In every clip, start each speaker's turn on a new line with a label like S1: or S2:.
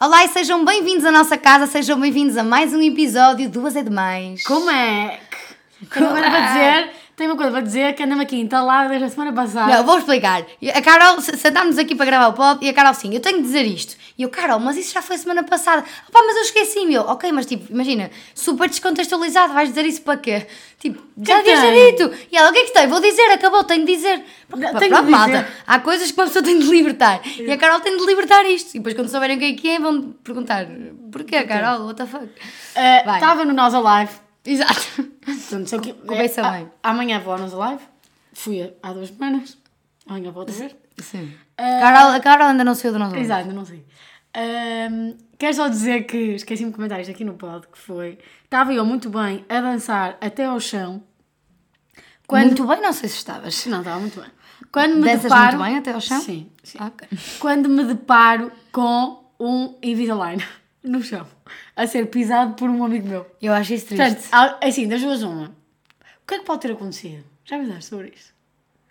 S1: Olá e sejam bem-vindos à nossa casa, sejam bem-vindos a mais um episódio Duas é Demais.
S2: Como é que. Tenho uma coisa para dizer, tenho uma coisa para dizer que andamos aqui entalada desde a semana passada.
S1: Não, vou explicar. A Carol, se- sentámos aqui para gravar o pod e a Carol, sim, eu tenho de dizer isto. E eu, Carol, mas isso já foi semana passada. Opá, mas eu esqueci, meu. Ok, mas tipo, imagina, super descontextualizado, vais dizer isso para quê? Tipo, já
S2: Que
S1: devias ter
S2: tem?
S1: dito. E ela, o que é que tem? Vou dizer, acabou, tenho de dizer.
S2: Não,
S1: Pá,
S2: tenho
S1: pronto,
S2: de dizer.
S1: malta, há coisas que uma pessoa tem de libertar. E a Carol tem de libertar isto. E depois, quando souberem o que é que é, vão perguntar, porquê, Carol? What the fuck?
S2: Ah,
S1: vai.
S2: Estava no Nós Alive.
S1: Exato.
S2: Portanto, sei que-
S1: Começa
S2: a-
S1: bem.
S2: Amanhã vou ao Nós Alive. Fui há duas semanas. Amanhã vou outra vez.
S1: Sim. Carol, a Carol ainda não saiu do nosso grupo.
S2: Ah, Exato, não sei. Ahm, quero só dizer que esqueci-me de comentar isto aqui no pod, que foi. Estava eu muito bem a dançar até ao chão. Quando.
S1: Muito bem, não sei se estavas.
S2: Não, estava muito bem. Quando me
S1: Danças
S2: deparo.
S1: muito bem até ao chão?
S2: Sim, sim.
S1: Ah, ok.
S2: quando me deparo com um Invisalign no chão, a ser pisado por um amigo meu.
S1: Eu acho isso triste.
S2: Portanto, há- assim, das duas uma. O que é que pode ter acontecido? Já pensaste sobre isto?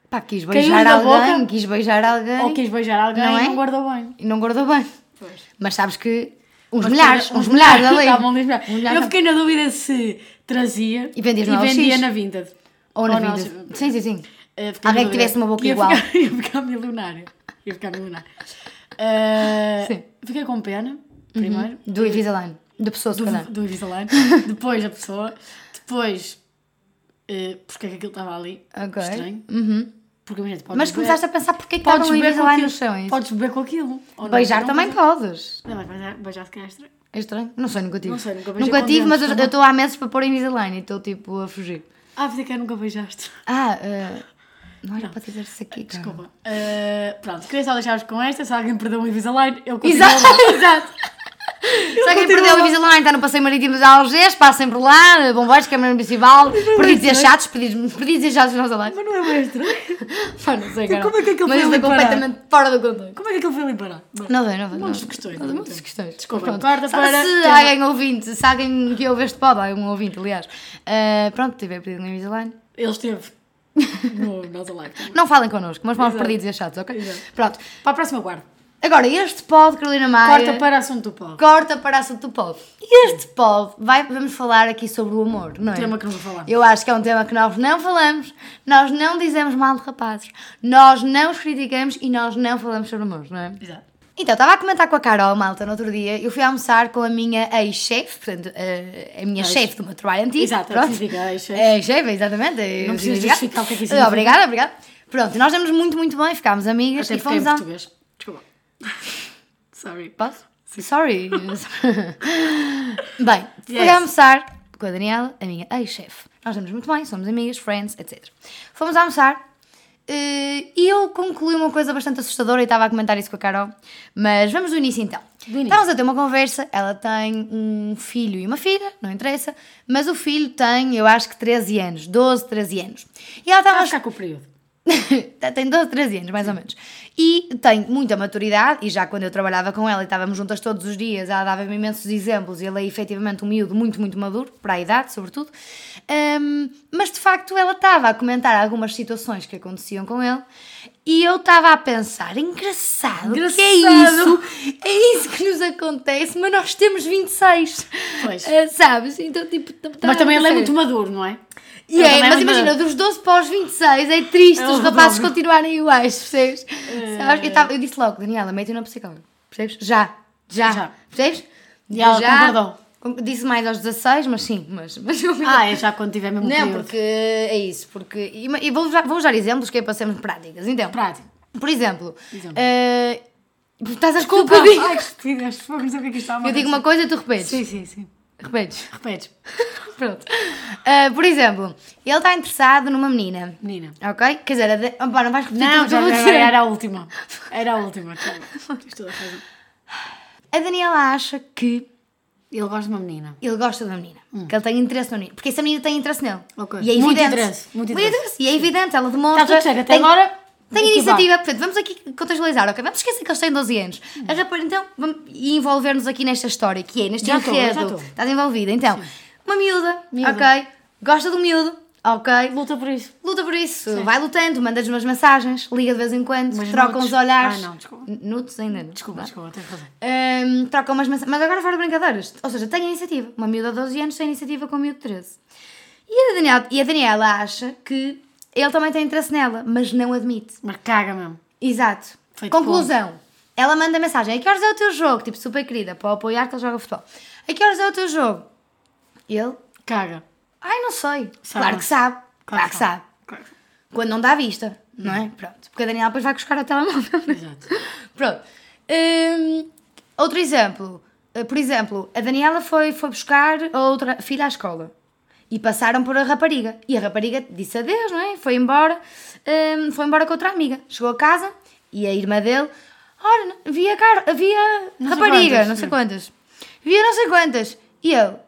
S1: Pá, quis
S2: Caiu-lhe
S1: beijar
S2: da
S1: alguém,
S2: boca?
S1: quis beijar alguém
S2: Ou quis beijar alguém
S1: Não
S2: e um
S1: é?
S2: não guardou bem.
S1: e não guardou bem.
S2: Pois.
S1: Mas sabes que uns milhares, uns milhares ali.
S2: Estavam ali. milhares.
S1: Uns milhares
S2: Eu
S1: ali.
S2: fiquei na dúvida se trazia
S1: E vendias no LX.
S2: vendia na Vinted.
S1: Ou na
S2: no
S1: vida.
S2: LX.
S1: Sim, sim, sim.
S2: Eh, fiquei
S1: Alguém que
S2: na dúvida.
S1: tivesse uma boca
S2: ia
S1: igual.
S2: Ficar, ia ficar milionária. Ia ficar milionária. Eh,
S1: Sim.
S2: Fiquei com pena,
S1: Uhum.
S2: primeiro.
S1: Do Invisalign. Da pessoa, se
S2: do,
S1: calhar.
S2: do Invisalign, depois a pessoa, depois eh, porque é que aquilo estava ali.
S1: Ok.
S2: Estranho.
S1: Uhum.
S2: Porque imagina, podes
S1: Mas
S2: beber-
S1: começaste a pensar porque é que estava
S2: podes
S1: o
S2: beber com
S1: Invisalign
S2: aquilo.
S1: no chão, é isso?
S2: Podes beber com aquilo. ou não?
S1: Beijar
S2: Não
S1: também
S2: podes-
S1: podes.
S2: Não, mas beijar, beijar se calhar é estranho.
S1: É estranho. Não sei, nunca tive.
S2: Não sei, nunca beijei
S1: Nunca
S2: com tá
S1: tive,
S2: dentes,
S1: mas eu-
S2: também.
S1: eu estou há meses para pôr Invisalign e estou tipo a fugir.
S2: Ah, pensei que nunca beijaste.
S1: Ah, eh, não era para dizer isso aqui, cara.
S2: Desculpa. Eh, pronto, queria só deixar-vos com esta. Se alguém perdeu um Invisalign, ele continua
S1: Exato,
S2: lá.
S1: exato. Só quem
S2: continuo
S1: perdeu o
S2: lá.
S1: Invisalign está tá no passeio marítimo de Algés, passem por lá, bombeiros, câmara municipal,
S2: é
S1: perdidos e achados, perdidos, perdidos e achados nos além.
S2: Mas não é bem estranho?
S1: Pá, não sei, cara.
S2: como é que aquilo
S1: Mas
S2: foi
S1: isto é
S2: ali parar?
S1: completamente fora do contexto.
S2: Como é que aquilo foi ali parar? Bom,
S1: Não sei, não sei.
S2: Montes
S1: não-
S2: de questões,
S1: não-
S2: não
S1: Montes de
S2: entendo.
S1: questões.
S2: Desculpa,
S1: Pronto.
S2: quarta-feira,
S1: Só Se
S2: tema.
S1: alguém ouvinte, se alguém que ouve este pod, algum ouvinte, aliás, eh, pronto, tiver perdido um Invisalign,
S2: Ele esteve no nosso live.
S1: não falem connosco, mas vamos
S2: Exato.
S1: perdidos e achados, ok?
S2: Exato.
S1: Pronto.
S2: Para a próxima, guarda.
S1: Agora, este pod, Carolina Maia...
S2: Corta para assunto do palco.
S1: Corta para assunto do povo. E este povo, vai, vamos falar aqui sobre o amor, não é?
S2: Tema que não vou falar.
S1: Eu acho que é um tema que nós não falamos, nós não dizemos mal de rapazes, nós não os criticamos e nós não falamos sobre amor, não é?
S2: Exato.
S1: Então, estava a comentar com a Carol Malta no outro dia, eu fui almoçar com a minha ex-chefe, portanto, eh, a, a minha chefe do meu trabalho antigo.
S2: Exato,
S1: pronto.
S2: significa ex-chefe.
S1: Ex-chefe, exatamente.
S2: Não precisas
S1: Obrigada.
S2: justificar o que é que isso significa.
S1: Obrigada, obrigada. Pronto, nós demos muito, muito bem, ficámos amigas
S2: Até
S1: e
S2: porque é em
S1: fomos a...
S2: português. Desculpa. Sorry.
S1: Posso? Sorry. bem, fui
S2: Yes.
S1: almoçar com a Daniela, a minha ex-chefe. Nós estamos muito bem, somos amigas, friends, etc. Fomos almoçar eh, e eu concluí uma coisa bastante assustadora e estava a comentar isso com a Carol. Mas vamos do início então.
S2: Do início.
S1: Estávamos a ter uma conversa, ela tem um filho e uma filha, não interessa, mas o filho tem, eu acho que 13 anos, 12, 13 anos. E ela estava
S2: Vai
S1: a
S2: tá ficar com o período.
S1: tem 12, 13 anos, mais ou menos. E tem muita maturidade, e já quando eu trabalhava com ela e estávamos juntas todos os dias, ela dava-me imensos exemplos, e ela é efetivamente um miúdo muito, muito maduro, para a idade, sobretudo. Ahm, mas de facto ela estava a comentar algumas situações que aconteciam com ele, e eu estava a pensar: engraçado, engraçado. que é
S2: Engraçado.
S1: isso? É isso que nos acontece, mas nós temos 26.
S2: Pois.
S1: Ah, sabes? Então, tipo, tam-
S2: Mas também ele é
S1: sério.
S2: muito maduro, não é?
S1: E
S2: Ele
S1: é,
S2: também
S1: mas
S2: muito
S1: imagina,
S2: maduro.
S1: dos 12 para os 26 é triste
S2: É
S1: os
S2: o
S1: rapazes
S2: dobro.
S1: continuarem iguais, percebes? Sabes? Eu, tava- eu disse logo, Daniela, mete-o na psicóloga, percebes? Já, já,
S2: Já.
S1: percebes?
S2: E ela concordou?
S1: Con- Disse mais aos 16, mas sim, mas... mas eu-
S2: Ah, é já quando tiver mesmo
S1: Não,
S2: período.
S1: porque é isso, porque... E, ma- e vou, usar, vou usar exemplos que é para sermos práticas, então.
S2: Prático.
S1: Por exemplo,
S2: Exemplo.
S1: eh, estás a desculpa,
S2: Desculpa,
S1: digo,
S2: Tá, Ai, que estúpidas. Vamos ver o que é que isto está a
S1: eu digo uma coisa e tu repetes.
S2: Sim, sim, sim.
S1: Repetes.
S2: Repetes.
S1: Pronto. Ah, por exemplo, ele está interessado numa menina.
S2: Menina.
S1: Ok? Quer dizer, a de... Opa, não vais repetir tudo
S2: Não,
S1: o que eu
S2: já
S1: vou
S2: já-
S1: dizer.
S2: era Tipo, a última. Era a última. desculpa. Tens toda a razão.
S1: A Daniela acha que
S2: Ele gosta de uma menina.
S1: ele gosta da menina. Que ele tem interesse na menina. Porque essa menina tem interesse nele.
S2: Hum. Ok.
S1: E é evidente.
S2: Muito interesse, muito interesse.
S1: E é evidente, ela demonstra.
S2: Está Tá tudo certo. Até
S1: tem-
S2: agora...
S1: Tem
S2: aqui vai.
S1: iniciativa, portanto, vamos aqui contextualizar, ok? Vamos esquecer que eles têm 12 anos.
S2: Hum.
S1: A rapariga, então, vamos e envolver-nos aqui nesta história, que é neste
S2: Já estou, já
S1: enredo.
S2: estou.
S1: Estás envolvida, então. Uma miúda,
S2: Miúda.
S1: ok? Gosta do miúdo. ok?
S2: Luta por isso.
S1: Luta por isso, vai lutando, manda-lhes umas mensagens, liga de vez em quando,
S2: Mas
S1: trocam
S2: nudes-
S1: os olhares.
S2: Ah, não, desculpa.
S1: N- Nudes ainda não.
S2: Desculpa, desculpa, tens razão.
S1: Hum, trocam umas mensagens. Mas agora fora de brincadeiras. Ou seja, tem a iniciativa. Uma miúda de 12 anos tem a iniciativa com um miúdo de 13. E a, Daniela, e a Daniela acha que ele também tem interesse nela, mas não admite.
S2: Mas caga mesmo.
S1: Exato.
S2: Feito
S1: Conclusão. Ela manda mensagem: A que horas é o teu jogo? Tipo, super querida, para o apoiar que ele joga futebol. A que horas é o teu jogo? Ele:
S2: Caga.
S1: Ai, não sei.
S2: Sabe.
S1: Claro que sabe. Claro, que sabe.
S2: Claro que sabe.
S1: Quando não dá à vista, não é? Pronto. Porque a Daniela depois vai buscar o telemóvel.
S2: Exato.
S1: Pronto. Hum, outro exemplo. Uh, Por exemplo, a Daniela foi, foi buscar a outra filha à escola. E passaram por a rapariga. E a rapariga disse adeus, não é? Foi embora. Hum, foi embora com outra amiga. Chegou a casa e a irmã dele. Ora, não- vi a, car vi a
S2: Não sei
S1: rapariga,
S2: quantas,
S1: não sei
S2: sim.
S1: quantas. Vi a não sei quantas. E eu,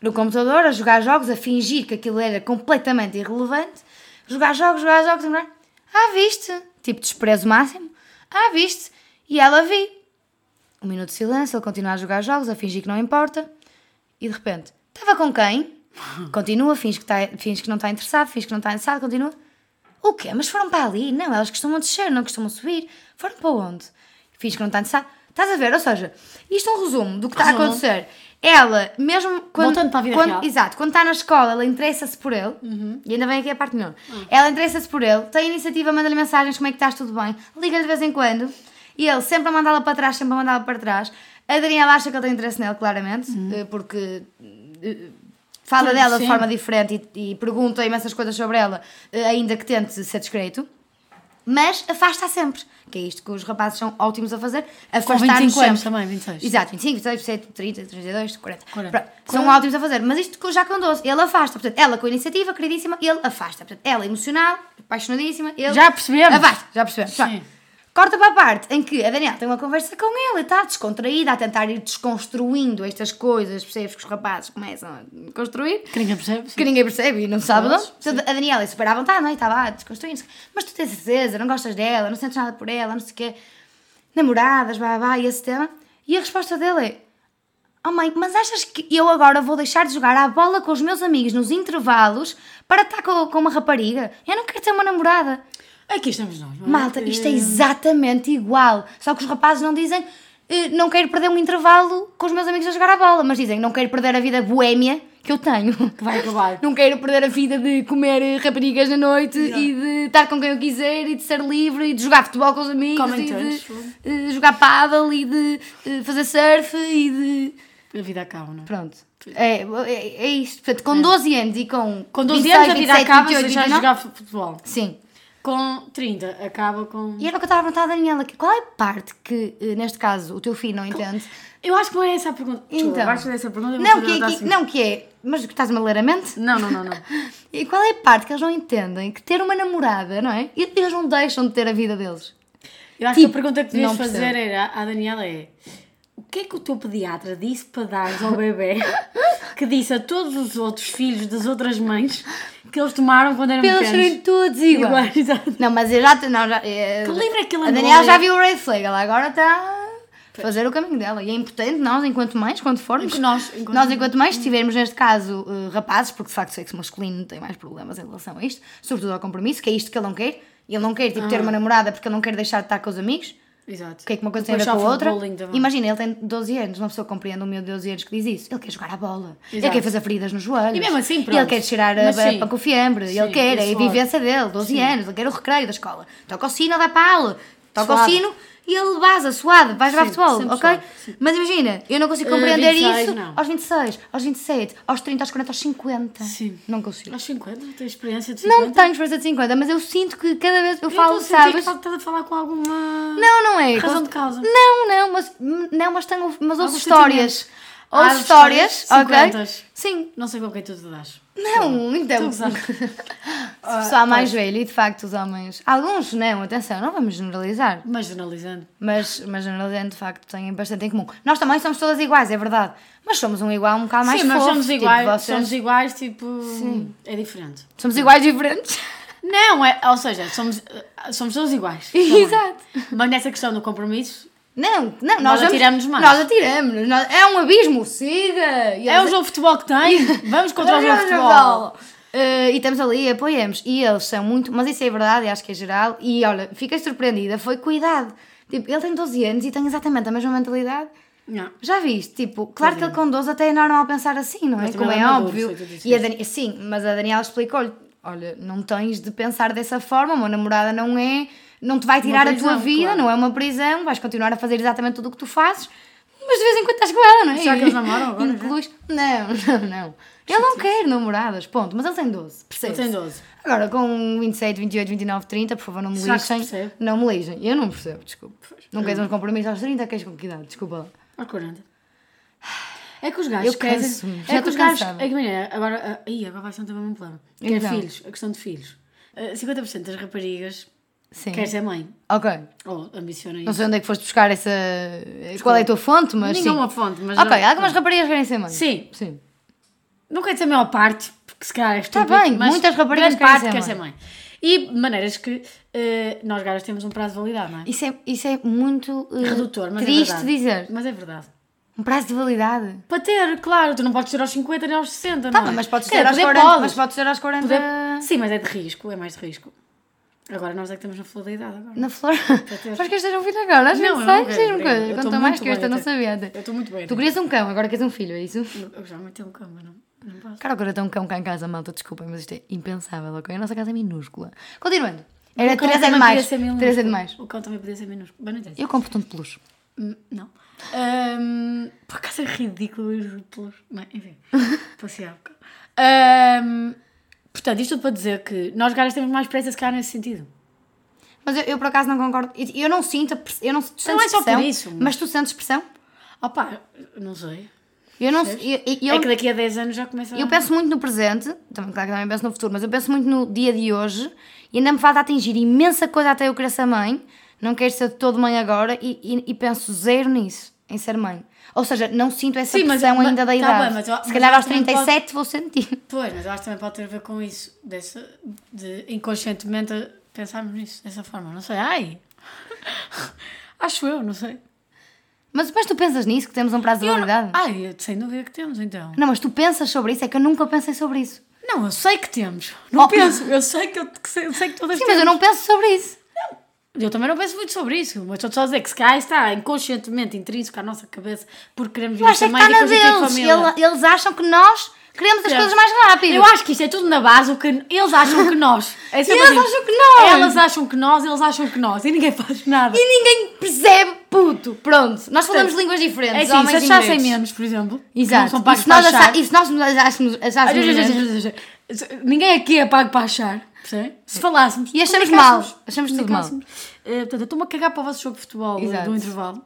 S1: no computador, a jogar jogos, a fingir que aquilo era completamente irrelevante. Jogar jogos, jogar jogos, jogar. Ah, viste? Tipo, desprezo máximo. Ah, viste? E ela vi. Um minuto de silêncio, ele continua a jogar jogos, a fingir que não importa. E de repente, estava com quem? Continua, finge que, tá- finge que não está interessado, finge que não está interessado, continua. O quê? Mas foram para ali? Não, elas costumam descer, não costumam subir. Foram para onde? Finge que não está interessado. Estás a ver? Ou seja, isto é um resumo do que está a
S2: Resumo.
S1: acontecer. Ela, mesmo quando.
S2: Voltando para a vida
S1: quando-
S2: real. Uhum.
S1: Exato, quando está na escola, ela interessa-se por ele, e ainda bem aqui a parte melhor.
S2: Ah.
S1: Ela interessa-se por ele, tem iniciativa, manda-lhe mensagens, como é que estás, tudo bem, liga-lhe de vez em quando, e ele sempre a mandá-la para trás, sempre a mandá-la para trás. A Daniela acha que ele tem interesse nele, claramente,
S2: Uhum.
S1: eh, porque eh, fala
S2: Sim,
S1: dela de
S2: sim.
S1: forma diferente e, e pergunta imensas coisas sobre ela, eh, ainda que tente ser discreto. Mas afasta sempre, que é isto que os rapazes são ótimos a fazer,
S2: Com
S1: afastar-nos
S2: 25
S1: sempre.
S2: anos também, 26.
S1: Exato, 25, 26, 27, 30, 32, 40.
S2: 40.
S1: Pronto, São ótimos a fazer, mas isto já com 12. Ele afasta, portanto, ela com a iniciativa, queridíssima, ele afasta. Portanto, ela emocional, apaixonadíssima, ele.
S2: Já percebemos.
S1: Afasta, já percebemos.
S2: Sim.
S1: Pronto. Corta para a parte em que a Daniela tem uma conversa com ele e está descontraída, a tentar ir desconstruindo estas coisas, percebes que os rapazes começam a construir
S2: Que ninguém percebe. sim.
S1: que ninguém percebe e não sabe de onde.
S2: Sim.
S1: Portanto, A Daniela é super à vontade, não é? E Estava a desconstruir-se. Mas tu tens certeza, não gostas dela, não sentes nada por ela, não sei o quê. Namoradas, blá, blá, blá, e esse tema. E a resposta dele é... Oh mãe, mas achas que eu agora vou deixar de jogar à bola com os meus amigos nos intervalos para estar com, com uma rapariga? Eu não quero ter uma namorada.
S2: Aqui estamos nós. não é?
S1: Malta, isto é exatamente igual. Só que os rapazes não dizem... "Eh, Não quero perder um intervalo com os meus amigos a jogar à bola. Mas dizem, não quero perder a vida boémia que eu tenho.
S2: Que vai acabar.
S1: Não quero perder a vida de comer eh, raparigas na noite e de estar com quem eu quiser e de ser livre e de jogar futebol com os amigos
S2: Comem
S1: e
S2: todos,
S1: de
S2: fogo.
S1: eh, jogar paddle e de eh, fazer surf e de...
S2: A vida acaba, não é?
S1: Pronto. É, é, é isto. Portanto, com 12 anos e com...
S2: Com 12 anos a vida acaba se já jogar fu- futebol.
S1: Sim.
S2: Com 30 acaba com...
S1: E era o que eu estava a perguntar à Daniela. que Qual é a parte que, eh, neste caso, o teu filho não entende?
S2: Eu acho que não é essa a pergunta. Desculpa,
S1: Então.
S2: vais fazer essa pergunta. eu vou
S1: Não,
S2: fazer
S1: que,
S2: outra
S1: que,
S2: assim.
S1: não, que é... Mas que estás-me a ler a mente?
S2: Não, não, não, não.
S1: E qual é a parte que eles não entendem? Que ter uma namorada, não é? E Eles não deixam de ter a vida deles.
S2: Eu acho
S1: Tipo,
S2: que a pergunta que
S1: não
S2: devias
S1: percebo.
S2: fazer era à Daniela é o que é que o teu pediatra disse para dares ao bebê que disse a todos os outros filhos das outras mães que eles tomaram quando eram
S1: Pelos serem
S2: pequenos?
S1: todos iguais.
S2: Iguais, exato.
S1: Não, mas eu já. te- Não, já eh,
S2: Que livro é que ele
S1: A
S2: andou
S1: Daniela
S2: a
S1: já
S2: ler?
S1: viu o Red Flag, ela agora está a fazer o caminho dela. E é importante nós, enquanto mães, quando formos.
S2: Enquanto nós, enquanto-
S1: nós, enquanto mães, tivermos neste caso eh, rapazes, porque de facto o sexo masculino tem mais problemas em relação a isto, sobretudo ao compromisso, que é isto que ele não quer. Ele não quer tipo,
S2: Ah.
S1: ter uma namorada porque ele não quer deixar de estar com os amigos.
S2: Exato.
S1: O que é que uma coisa tem a ver
S2: Depois
S1: com a
S2: sofre
S1: outra?
S2: de bullying também.
S1: Imagina, ele tem 12 anos, não pessoa compreende um meu de 12 anos que diz isso. Ele quer jogar à bola, ele
S2: Exato.
S1: quer fazer feridas nos joelhos.
S2: E mesmo assim,
S1: Ele
S2: pronto.
S1: quer tirar a
S2: Mas
S1: ba-
S2: sim.
S1: para com fiambre, ele
S2: Sim,
S1: quer, é
S2: isso
S1: a
S2: logo.
S1: vivência dele, 12 anos, ele quer o recreio da escola. Toca o sino, vai para a aula, toca o
S2: Suado.
S1: sino e ele vaza, suado, vai jogar
S2: Sim, Ah,
S1: futebol,
S2: sempre
S1: ok?
S2: suado,
S1: Mas imagina, eu não consigo compreender
S2: 26
S1: isso
S2: não.
S1: aos 26, aos 27, aos 30, aos 40, aos 50.
S2: Sim.
S1: Não consigo.
S2: Aos 50, tens experiência de 50?
S1: Não tenho experiência de 50, mas eu sinto que cada vez eu falo,
S2: eu estou a sentir
S1: sabes?
S2: que estás a falar com alguma...
S1: Não, não é.
S2: Razão
S1: Gosto-
S2: de causa.
S1: Não, não, mas, não, mas, tenho, mas ouço
S2: Alguns
S1: histórias.
S2: sentimentos.
S1: Ouço
S2: Ah,
S1: histórias,
S2: histórias,
S1: ok?
S2: 50s.
S1: Sim.
S2: Não sei com quem tu te das.
S1: Não, então.
S2: Estou a Ah, gozar.
S1: Se Só mais velho e de facto os homens. Alguns não, atenção, não vamos generalizar.
S2: Mas jornalizando.
S1: Mas, mas generalizando de facto têm bastante em comum. Nós também somos todas iguais, é verdade. Mas somos um igual um bocado mais
S2: Sim,
S1: fofo.
S2: nós somos
S1: tipo,
S2: iguais,
S1: vocês-
S2: somos iguais, tipo... É diferente.
S1: somos iguais
S2: Tá
S1: diferentes.
S2: Não, é, ou seja, somos, eh, somos todos iguais.
S1: Exato.
S2: Mas nessa questão do compromisso,
S1: Não, não, nós,
S2: Nós
S1: vamos-
S2: atiramos mais.
S1: Nós atiramos. nós- é um abismo, siga! E É
S2: é
S1: eles-
S2: o jogo de futebol que tem, vamos contra o jogo de
S1: Vamos
S2: futebol.
S1: jogar futebol. Eh, e estamos ali, apoiamos. E eles são muito. Mas isso é verdade, e acho que é geral. E olha, fiquei surpreendida, foi com a idade. Tipo, ele tem 12 anos e tem exatamente a mesma mentalidade.
S2: Não.
S1: Já viste? Tipo, claro que ele com 12 até é normal pensar assim, não é?
S2: Mas
S1: Como
S2: também
S1: é
S2: é maduro,
S1: óbvio.
S2: foi o que tu disseste.
S1: E a Dani- Sim, mas a Daniela explicou-lhe: olha, não tens de pensar dessa forma, uma namorada não é. Não te vai tirar a
S2: prisão,
S1: tua vida,
S2: claro.
S1: não é uma prisão, vais continuar a fazer exatamente tudo o que tu fazes, mas de vez em quando estás com ela, não é?
S2: Será que eles namoram agora, já?
S1: Incluis... Não, não, não. Ele não quer namoradas, ponto, mas ele tem 12, percebes?
S2: Ele tem 12.
S1: Agora, com 27, 28, 29, 30, por favor, não me
S2: Será que se
S1: lixem.
S2: percebe?
S1: Não me lixem. Eu não percebo, desculpa. Não queres uns compromissos aos 30, queres com que idade? Desculpa lá.
S2: Aos 40. É que os gajos
S1: Eu
S2: querem.
S1: canso-me, já
S2: É que
S1: estou
S2: os gajos.
S1: cansada.
S2: É que, mira, agora. ah, Ih, agora vai ser um tema muito plano. Que é
S1: Então.
S2: filhos, a questão de filhos. Ah, 50% das raparigas
S1: Sim.
S2: quer ser mãe.
S1: Ok.
S2: Ou ambiciona
S1: Não
S2: isso.
S1: sei onde é que foste buscar essa. Qual é a tua fonte, mas.
S2: Nenhuma
S1: sim.
S2: fonte, mas.
S1: Ok,
S2: não,
S1: algumas raparigas querem ser mães.
S2: Sim.
S1: Sim.
S2: Não quero dizer a maior parte, porque se calhar é estúpido.
S1: Tá bem,
S2: mas
S1: muitas raparigas
S2: grande
S1: querem
S2: parte
S1: ser
S2: quer ser mãe. E maneiras que ah, nós gajas temos um prazo de validade, não é?
S1: Isso é, isso é muito. eh,
S2: Redutor, mas
S1: Triste
S2: é verdade.
S1: dizer.
S2: Mas é verdade.
S1: Um prazo de validade.
S2: Para ter, claro, tu não podes ter aos 50 nem aos
S1: Tá,
S2: 60, não é?
S1: bem, mas podes
S2: Quer
S1: ser
S2: dizer,
S1: aos
S2: poder
S1: 40.
S2: podes.
S1: Mas podes ser aos 40.
S2: Poder- Sim, mas é de risco, é mais de risco. Agora nós é que estamos na flor da idade agora.
S1: Na flor.
S2: ter-
S1: Mas queres ter um filho agora? Às
S2: Não,
S1: vezes
S2: eu não
S1: sabes,
S2: quero,
S1: diz uma
S2: obrigada. Eu
S1: coisa. é
S2: tô
S1: um Quanto mais
S2: muito
S1: que esta
S2: bem
S1: não
S2: até.
S1: sabia até.
S2: Eu estou muito bem.
S1: Tu querias um cão, agora queres um filho, é isso?
S2: Eu já meti um cama, não, não posso.
S1: Cara, agora tem um cão cá em casa, malta, desculpem, mas isto é impensável, ok? A nossa casa é minúscula. Continuando. Era
S2: O cão
S1: 3 é
S2: também podia
S1: demais.
S2: ser minúsculo.
S1: 3 é demais.
S2: O cão também podia ser minúsculo. Mas não interessa.
S1: Eu compro tanto peluche.
S2: Hum, Não. Ahm, por acaso é ridículo os rútulos. Mas, enfim, passei há bocado. Ahm, Portanto, isto tudo para dizer que nós gajas temos mais pressa se calhar nesse sentido.
S1: Mas eu, eu, por acaso não concordo. Eu, eu não sinto, a press- eu não tu sentes
S2: é só por
S1: pressão,
S2: isso.
S1: mas tu sentes pressão?
S2: Opa, não sei.
S1: Eu não eu, eu, eu-
S2: é que daqui a 10 anos já começa
S1: eu penso muito no presente, também claro que também penso no futuro, mas eu penso muito no dia de hoje e ainda me falta atingir imensa coisa até eu querer ser mãe. Não quero ser de todo mãe agora e, e, e penso zero nisso, em ser mãe. Ou seja, não sinto essa
S2: Sim, mas-
S1: pressão
S2: mas-
S1: ainda da
S2: tá
S1: idade.
S2: bem, mas- mas
S1: Se calhar aos
S2: também pode-
S1: 37 vou sentir.
S2: Pois, mas eu acho que também pode ter a ver com isso, dessa, de inconscientemente pensarmos nisso dessa forma. Não sei, ai! acho eu, não sei.
S1: Mas, mas tu pensas nisso, que temos um prazo de
S2: Eu não-
S1: validade?
S2: ai, eu- sem dúvida que temos, então.
S1: Não, mas tu pensas sobre isso, é que eu nunca pensei sobre isso.
S2: Não, eu sei que temos. Não
S1: Oh.
S2: penso, eu sei que, eu, que sei, eu sei que todas
S1: Sim, mas
S2: temos.
S1: eu não penso sobre isso.
S2: Eu também não penso muito sobre isso, mas estou só a dizer que se cá está inconscientemente intrínseco à nossa cabeça porque queremos
S1: Eu
S2: vir
S1: acho é
S2: ser
S1: que
S2: mãe
S1: está
S2: e
S1: na
S2: depois de ter
S1: deles.
S2: família.
S1: Ele- eles acham que nós queremos as coisas mais rápido.
S2: Eu acho que isto é tudo na base, o que eles acham que nós. É sempre
S1: Eles acham que nós.
S2: Elas acham que nós, eles acham que nós. E ninguém faz nada.
S1: E ninguém percebe, puto. Pronto, nós falamos
S2: Portanto,
S1: línguas diferentes.
S2: É assim,
S1: homens
S2: se
S1: e
S2: achassem
S1: mulheres.
S2: menos, por exemplo, que não
S1: Exato.
S2: são pagos
S1: e, se nós
S2: para achar.
S1: achar- e se nós nos achássemos,
S2: Ah,
S1: achássemos
S2: já, já, já,
S1: mulheres?
S2: já, já, já. Se- Ninguém aqui é pago para achar, percebe? Se falássemos.
S1: É. E achamos
S2: comunicássemos,
S1: mal, achamos tudo
S2: comunicássemos. Eh, portanto, eu estou-me a cagar para o vosso jogo de futebol eh,
S1: Exato.
S2: do intervalo.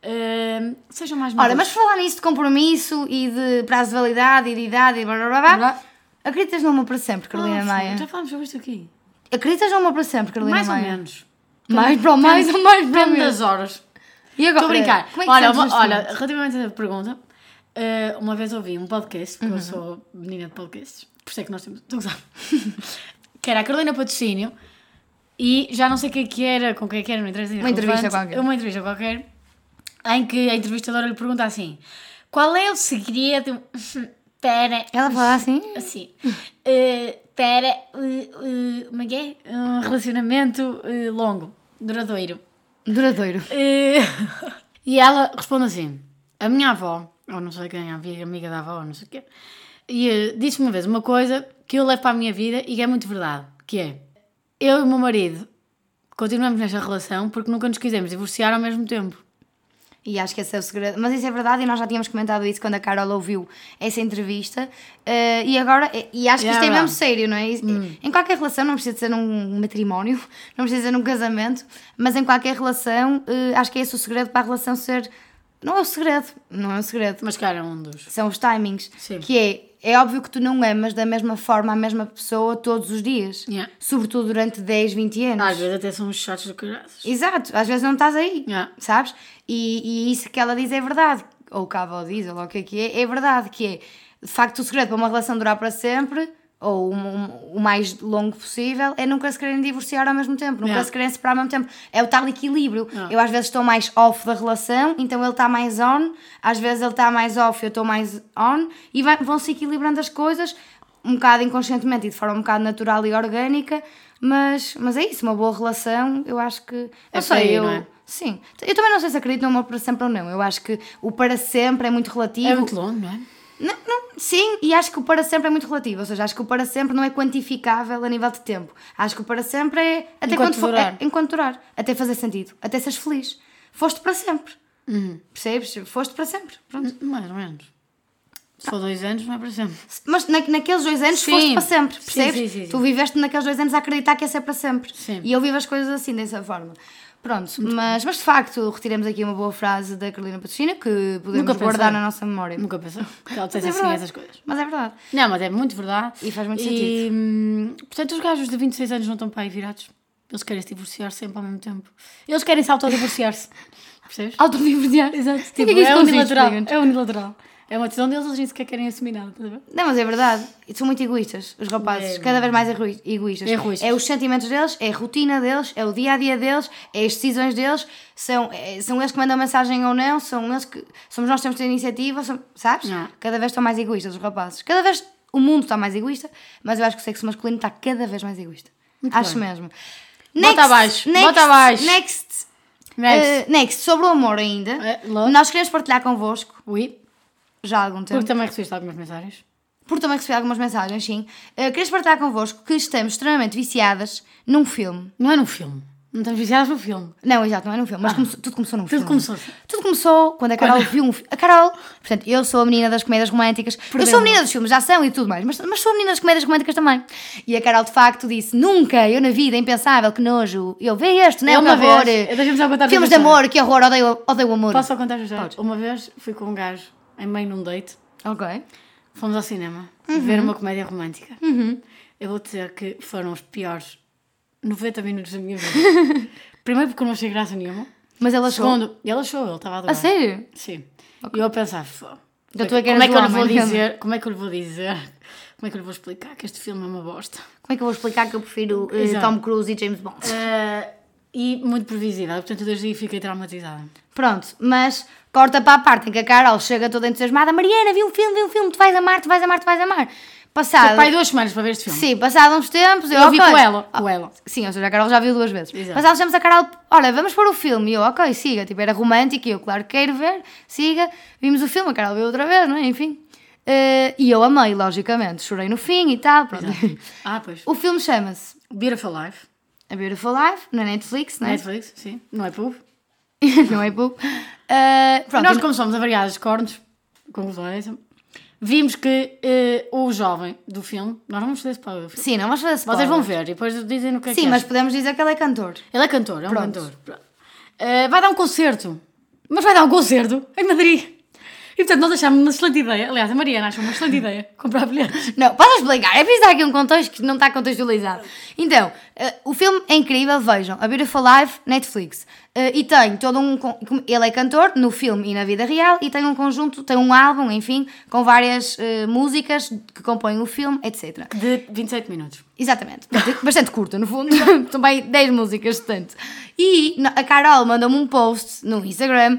S2: Eh, sejam mais
S1: Ora,
S2: maduros.
S1: mas falar nisso de compromisso e de prazo de validade e de idade e blá blá blá blá.
S2: Blá.
S1: Acreditas no amor para sempre, Carolina
S2: Ah,
S1: Maia?
S2: Já falámos sobre isto aqui.
S1: Acreditas no amor para sempre, Carolina
S2: mais
S1: Maia?
S2: ou menos.
S1: Mais para o mais ou mais para o
S2: Depende
S1: menos.
S2: das horas.
S1: E agora?
S2: Estou a brincar.
S1: Como é que
S2: olha,
S1: sentes
S2: uma-
S1: neste
S2: olha,
S1: momento?
S2: relativamente a essa pergunta, eh, uma vez ouvi um podcast, porque
S1: Uhum.
S2: eu sou menina de podcasts, por isso é que nós temos. Estou a gozar. que era a Carolina Patrocínio e já não sei quem é que era, com quem é que era, não interessa.
S1: Uma entrevista qualquer.
S2: Uma entrevista qualquer, em que a entrevistadora lhe pergunta assim: qual é o segredo para.
S1: Ela fala assim?
S2: Assim. eh, para. eh, eh, como é que é? Um relacionamento eh, longo, duradouro.
S1: Duradouro.
S2: Eh, e ela responde assim: A minha avó, ou não sei quem, a minha amiga da avó, ou não sei o quê, e, eh, disse-me uma vez uma coisa que eu levo para a minha vida e que é muito verdade: que é eu e o meu marido continuamos nesta relação porque nunca nos quisemos divorciar ao mesmo tempo.
S1: E acho que esse é o segredo. Mas isso é verdade e nós já tínhamos comentado isso quando a Carol ouviu essa entrevista. Eh, e agora, e- e acho que
S2: É
S1: isto é
S2: verdade.
S1: mesmo sério, não é? E-
S2: Hum.
S1: Em qualquer relação, não precisa de ser num matrimónio, não precisa de ser num casamento, mas em qualquer relação, eh, acho que é esse o segredo para a relação ser. Não é o segredo, não é o segredo.
S2: Mas, cara, um dos.
S1: São os timings.
S2: Sim.
S1: Que é. É óbvio que tu não amas da mesma forma a mesma pessoa todos os dias.
S2: Yeah.
S1: Sobretudo durante 10, 20 anos.
S2: Às vezes até são uns chatos do caraças.
S1: Exato, às vezes não estás aí,
S2: Yeah.
S1: sabes? E, e isso que ela diz é verdade, ou que a avó diz, ou lá o que é que é, é verdade, que é, de facto, o segredo para uma relação durar para sempre, ou um- um- o mais longo possível, é nunca se quererem divorciar ao mesmo tempo, nunca
S2: Yeah.
S1: se quererem separar ao mesmo tempo. É o tal equilíbrio.
S2: Yeah.
S1: Eu às vezes estou mais off da relação, então ele está mais on, às vezes ele está mais off, eu estou mais on, e vai- vão-se equilibrando as coisas. um bocado inconscientemente e de forma um bocado natural e orgânica, mas, mas é isso, uma boa relação, eu acho que. Não
S2: É por
S1: sei,
S2: aí,
S1: eu.
S2: não é?
S1: Sim. Eu também não sei se acredito no amor para sempre ou não. Eu acho que o para sempre é muito relativo.
S2: É muito longo, não é?
S1: Não, não, sim, e acho que o para sempre é muito relativo, ou seja, acho que o para sempre não é quantificável a nível de tempo. Acho que o para sempre é até
S2: Enquanto
S1: quando for-
S2: durar.
S1: é- enquanto durar, até fazer sentido, até seres feliz. Foste para sempre.
S2: Uhum.
S1: Percebes? Foste para sempre. Pronto.
S2: Mais ou menos. Se for dois anos, não é para sempre.
S1: Mas na, naqueles dois anos
S2: Sim.
S1: foste para sempre,
S2: Sim,
S1: percebes?
S2: sim, sim, sim.
S1: Tu viveste naqueles dois anos a acreditar que ia ser para sempre.
S2: Sim.
S1: E eu vivo as coisas assim, dessa forma. Pronto, mas, mas de facto, retiremos aqui uma boa frase da Carolina Patrocina que podemos
S2: Nunca pensei.
S1: guardar na nossa memória.
S2: Nunca pensou que ela
S1: Mas
S2: dissesse assim
S1: verdade.
S2: essas coisas.
S1: Mas é verdade.
S2: Não, mas é muito verdade.
S1: E faz muito
S2: E, hum, portanto, os gajos de 26 anos não estão para aí virados. Eles querem se divorciar sempre ao mesmo tempo. Eles querem se autodivorciar-se. Percebes?
S1: Autodivorciar.
S2: Exato.
S1: que é
S2: Tipo,
S1: que isso
S2: é,
S1: consiste,
S2: unilateral.
S1: diga-nos?
S2: É unilateral. É uma decisão deles, eles nem sequer querem assumir nada. estás a ver?
S1: Não, mas é verdade. E São muito egoístas, os rapazes.
S2: É,
S1: cada vez mais errui- egoístas.
S2: Egoístas.
S1: É os sentimentos deles, é a rotina deles, é o dia a dia deles, é as decisões deles. São, é- são eles que mandam mensagem ou não, são eles que. Somos nós que temos de ter iniciativa, são- sabes?
S2: Não.
S1: Cada vez estão mais egoístas os rapazes. Cada vez o mundo está mais egoísta, mas eu acho que o sexo masculino está cada vez mais egoísta. acho
S2: bem.
S1: mesmo.
S2: Bota abaixo,
S1: next,
S2: bota abaixo.
S1: Next.
S2: Next.
S1: eh, next, sobre o amor ainda.
S2: Eh, love.
S1: nós queremos partilhar convosco
S2: Oui.
S1: já há algum tempo.
S2: Porque também recebeste algumas mensagens.
S1: por também receber algumas mensagens, sim. Uh, queres partilhar convosco que estamos extremamente viciadas num filme.
S2: Não é num filme. Não estamos viciados no filme.
S1: Não, exato, não é num filme, mas começou- tudo começou num
S2: Ah. Tudo
S1: filme.
S2: começou.
S1: Tudo começou quando a Carol viu um filme. A Carol, portanto, eu sou a menina das comédias românticas. Eu sou a
S2: Perdeu-me.
S1: menina dos filmes de ação e tudo mais, mas, mas sou a menina das comédias românticas também. E a Carol, de facto, disse: Nunca, eu na vida, é impensável, que nojo. Eu vi este, não é?
S2: É uma
S1: que horror.
S2: vez. Deixa-me só contar
S1: Filmes de
S2: outra história.
S1: amor, que horror, odeio, odeio o amor.
S2: Posso só contar já? Uma vez fui com um gajo em meio num date.
S1: Ok.
S2: Fomos ao cinema
S1: Uhum.
S2: ver uma comédia romântica. Eu vou dizer que foram os piores 90 minutos da minha vida. Primeiro porque eu não achei graça nenhuma.
S1: Mas ela achou.
S2: Segundo, ele achou, ele estava a adorar.
S1: A sério?
S2: Sim. E eu a pensar, "Fô,
S1: Então tu
S2: como
S1: é que
S2: é que eu
S1: eras o
S2: lhe vou
S1: homem,
S2: dizer? Como é que eu lhe vou dizer? Como é que eu lhe vou explicar que este filme é uma bosta?
S1: Como é que eu vou explicar que eu prefiro uh,
S2: Exato.
S1: Tom Cruise e James Bond? Ah,
S2: Eh, e muito previsível, portanto, desde aí fiquei traumatizada.
S1: Pronto, mas corta para a parte em que a Carol chega toda entusiasmada: Mariana, vi um filme, vi um filme, tu vais amar, tu vais amar, tu vais amar. Passado.
S2: Pai, duas semanas para ver este filme.
S1: Ah, Sim, passado uns tempos, eu,
S2: Eu vi
S1: ok. Ah,
S2: com ela, com ela.
S1: Sim, ou seja, a Carol já viu duas vezes.
S2: Exato.
S1: Passados tempos, a Carol, olha, vamos pôr o filme. E eu, ok, siga. Tipo, era romântico e eu, claro, quero ver, siga. Vimos o filme, a Carol viu outra vez, não é? Enfim. Eh, e eu amei, logicamente. Chorei no fim e tal, pronto.
S2: Ah, pois.
S1: O filme chama-se
S2: Beautiful Life,
S1: A Beautiful Life, na Netflix, não é?
S2: Netflix, sim. Não é pub.
S1: não é pouco. Eh, pronto,
S2: Nós, como somos avariados de cornos, a conclusão é essa, vimos que eh, o jovem do filme, nós não vamos fazer spoiler do filme.
S1: Sim, não vamos fazer spoiler.
S2: Vocês vão ver e depois dizem no que é
S1: Sim,
S2: que
S1: mas
S2: acham.
S1: podemos dizer que ele é cantor.
S2: Ele é cantor, é um
S1: Pronto.
S2: cantor. Pronto. Eh, vai dar um concerto. Mas vai dar um concerto em Madrid. E portanto, nós achámos uma excelente ideia. Aliás, a Mariana achou uma excelente ideia comprar bilhetes.
S1: Não, posso explicar? É preciso dar aqui um contexto que não está contextualizado. Então, eh, o filme é incrível, vejam. A Beautiful Life, Netflix. Eh, e tem todo um. con- Ele é cantor no filme e na vida real e tem um conjunto, tem um álbum, enfim, com várias eh, músicas que compõem o filme, etc.
S2: De 27 minutos.
S1: Exatamente. Portanto, Bastante curta, no fundo. Também 10 músicas, tanto. E no- a Carol mandou-me um post no Instagram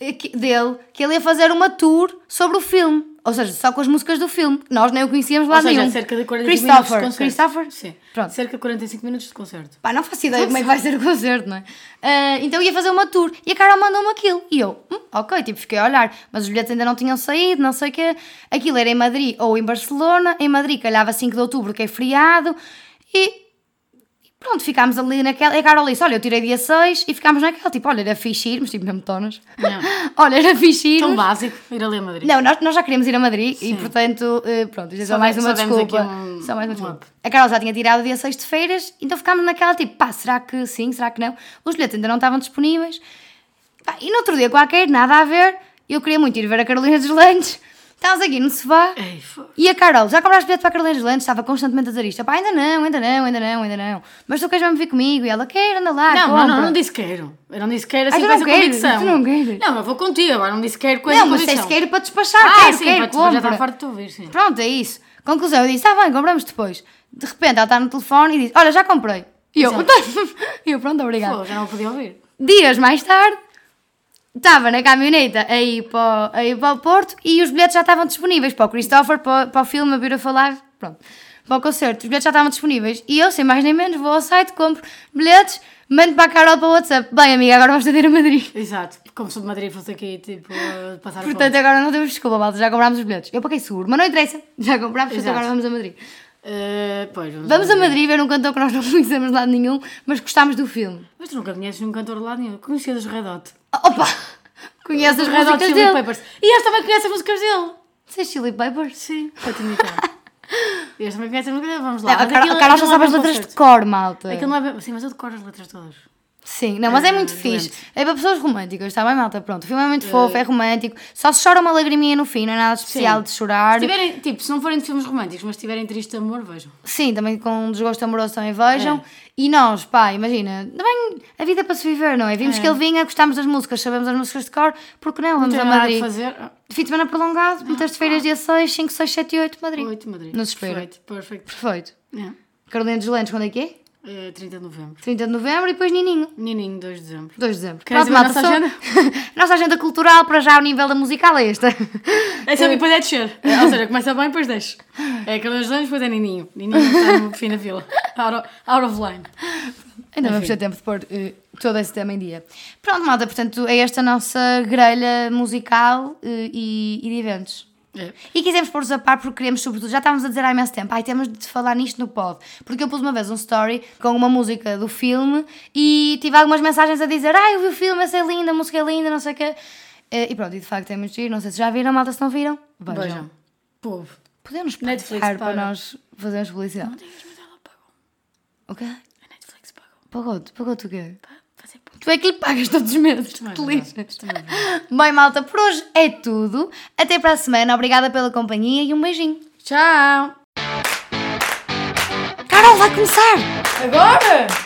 S1: eh, que- dele que ele ia fazer uma tour sobre o filme. Ou seja, só com as músicas do filme. que Nós nem o conhecíamos lá
S2: Ou seja,
S1: nenhum.
S2: cerca de 45 minutos de
S1: Christopher.
S2: concerto.
S1: Christopher?
S2: Sim.
S1: Pronto.
S2: Cerca de 45 minutos de concerto.
S1: Pá, não faço ideia como é que vai ser o concerto, não é? Ah, então ia fazer uma tour e a Carol mandou-me aquilo. E eu, hum, ok, tipo, fiquei a olhar, mas os bilhetes ainda não tinham saído, não sei o quê. Aquilo era em Madrid ou em Barcelona. Em Madrid calhava 5 de outubro, que é feriado. E pronto, ficámos ali naquela. E a Carol disse: Olha, eu tirei dia 6 e ficámos naquela. Tipo, olha, era fixe irmos, tipo, mesmo tonas.
S2: Não. Então
S1: olha, era fixe irmos.
S2: Tão básico ir ali a Madrid.
S1: Não, nós, nós já queríamos ir a Madrid e, portanto, eh, pronto, isto é só,
S2: Só
S1: mais
S2: dá-
S1: uma
S2: só demos
S1: desculpa.
S2: aqui um-
S1: só mais uma
S2: um
S1: desculpa.
S2: up.
S1: A Carol já tinha tirado dia 6 de feiras, então ficámos naquela tipo, pá, será que sim, será que não? Os bilhetes ainda não estavam disponíveis. Pá, e no outro dia qualquer, nada a ver, eu queria muito ir ver a Carolina dos Landes. Estávamos aqui no sofá.
S2: Ei, fô.
S1: E a Carol, já compraste bilhete para a Carolina dos Landes? Estava constantemente a dizer isto. Pá, ainda não, ainda não, ainda não, ainda não. Mas tu queres mesmo vir comigo? E ela, quer, anda lá,
S2: Não,
S1: compra.
S2: não, não, não disse quero. Eu não disse quero
S1: Ah,
S2: assim
S1: tu
S2: com
S1: não
S2: essa
S1: queres?
S2: convicção.
S1: Tu não queres?
S2: Não, eu vou contigo agora, não disse quero com essa
S1: Não, mas
S2: convicção.
S1: disseste quero para despachar,
S2: Ah,
S1: quero,
S2: sim,
S1: quero,
S2: para te- já
S1: compra.
S2: está farto de te ouvir, sim.
S1: Pronto, é isso. Conclusão, eu disse, ah bem, compramos depois. De repente ela está no telefone e diz, olha, já comprei. E eu, "Então,
S2: Exato.
S1: e eu pronto, obrigada.
S2: Pô, já não podia ouvir.
S1: Dias mais tarde, estava na caminhoneta a ir, para, o- a ir para o Porto e os bilhetes já estavam disponíveis para o Christopher, para, o- para o filme A Beautiful Life. pronto, para o concerto. Os bilhetes já estavam disponíveis e eu, sem mais nem menos, vou ao site, compro bilhetes, mando para a Carol para o WhatsApp. Bem, amiga, agora vais ter a Madrid.
S2: Exato, como se o de Madrid fosse aqui, tipo, a passar a
S1: Portanto,
S2: fome.
S1: agora não temos desculpa, malta, já comprámos os bilhetes. Eu paguei seguro, mas não interessa, já comprámos, portanto,
S2: Exato.
S1: agora vamos a Madrid.
S2: Eh, pois, vamos,
S1: Vamos
S2: lá.
S1: a Madrid ver um cantor que nós não conhecemos de lado nenhum, mas gostámos do filme.
S2: Mas tu nunca conheces um cantor de lado nenhum. Conhecia dos Red Hot.
S1: Opa! Conheces as
S2: Dos Red Hot
S1: músicas
S2: Chili
S1: dele?
S2: Peppers. E eles também conhecem as músicas dele.
S1: Vocês Chili Peppers?
S2: Sim. Para te imitar. eles também conhecem as músicas dele. Vamos lá.
S1: Não, a
S2: Mas
S1: Carol,
S2: aquilo-
S1: a Carol já
S2: aquilo
S1: sabe
S2: não é
S1: as
S2: para
S1: letras de
S2: concertos.
S1: cor, malta.
S2: Aquilo não é... bem- Sim, mas eu decoro as letras todas.
S1: Sim, não, mas é
S2: Ah,
S1: muito
S2: doente.
S1: fixe. É para pessoas românticas, está bem, malta? Pronto, o filme é muito fofo, é romântico. Só se chora uma lagriminha no fim, não é nada especial de chorar.
S2: Se tiverem, tipo, se não forem de filmes românticos, mas se tiverem triste de amor, vejam.
S1: Sim, também com um desgosto amoroso também
S2: É.
S1: vejam. E nós, pá, imagina, também a vida é para se viver, não é? Vimos que ele vinha, gostámos das músicas, sabemos as músicas de cor, porque não? Vamos
S2: Não
S1: a
S2: tem nada a
S1: Madrid.
S2: fazer. Ah,
S1: Fim de semana prolongado, muitas de feiras dia 6, 5, 6, 7 e 8, Madrid.
S2: Oito, Madrid.
S1: Não se espera.
S2: Perfeito, perfeito.
S1: Perfeito.
S2: É.
S1: Carolina dos Lentes, quando é que é?
S2: Eh, 30 de novembro.
S1: 30 de novembro e depois Nininho.
S2: Nininho, 2 de dezembro.
S1: 2 de dezembro.
S2: Queres
S1: Pronto,
S2: ver a
S1: malta,
S2: nossa
S1: só- nossa agenda cultural, para já o nível da musical é esta.
S2: É só depois é descer. É, Ou seja, começa bem, depois desce. É Carolina dos Lanhos, depois é Nininho. Nininho está no fim da fila. Out of, out of line.
S1: Ainda vamos ter tempo de pôr eh, todo esse tema em dia. Pronto, malta, portanto, é esta a nossa grelha musical eh, e, e de eventos.
S2: É.
S1: E quisemos pôr-vos a par porque queremos, sobretudo, já estávamos a dizer há imenso tempo, ai, temos de falar nisto no pod. Porque eu pus uma vez um story com uma música do filme e tive algumas mensagens a dizer, ai, eu vi o filme, essa é linda, a música é linda, não sei o quê. Eh, E pronto, e de facto é muito giro, não sei se já viram, malta, se não viram, vejam.
S2: Vejam. Povo.
S1: Podemos
S2: Netflix
S1: pagar para
S2: paga.
S1: nós fazermos publicidade.
S2: Digas, mas ela pagou.
S1: O quê?
S2: A Netflix pagou.
S1: Pagou-te, pagou-te o quê?
S2: Pá, fazer povo.
S1: Tu é que lhe pagas todos os meses,
S2: é
S1: que lixo.
S2: verdade, isto também é
S1: Bem, malta, por hoje é tudo. Até para a semana, obrigada pela companhia e um beijinho.
S2: Tchau.
S1: Carol, vai começar!
S2: Agora?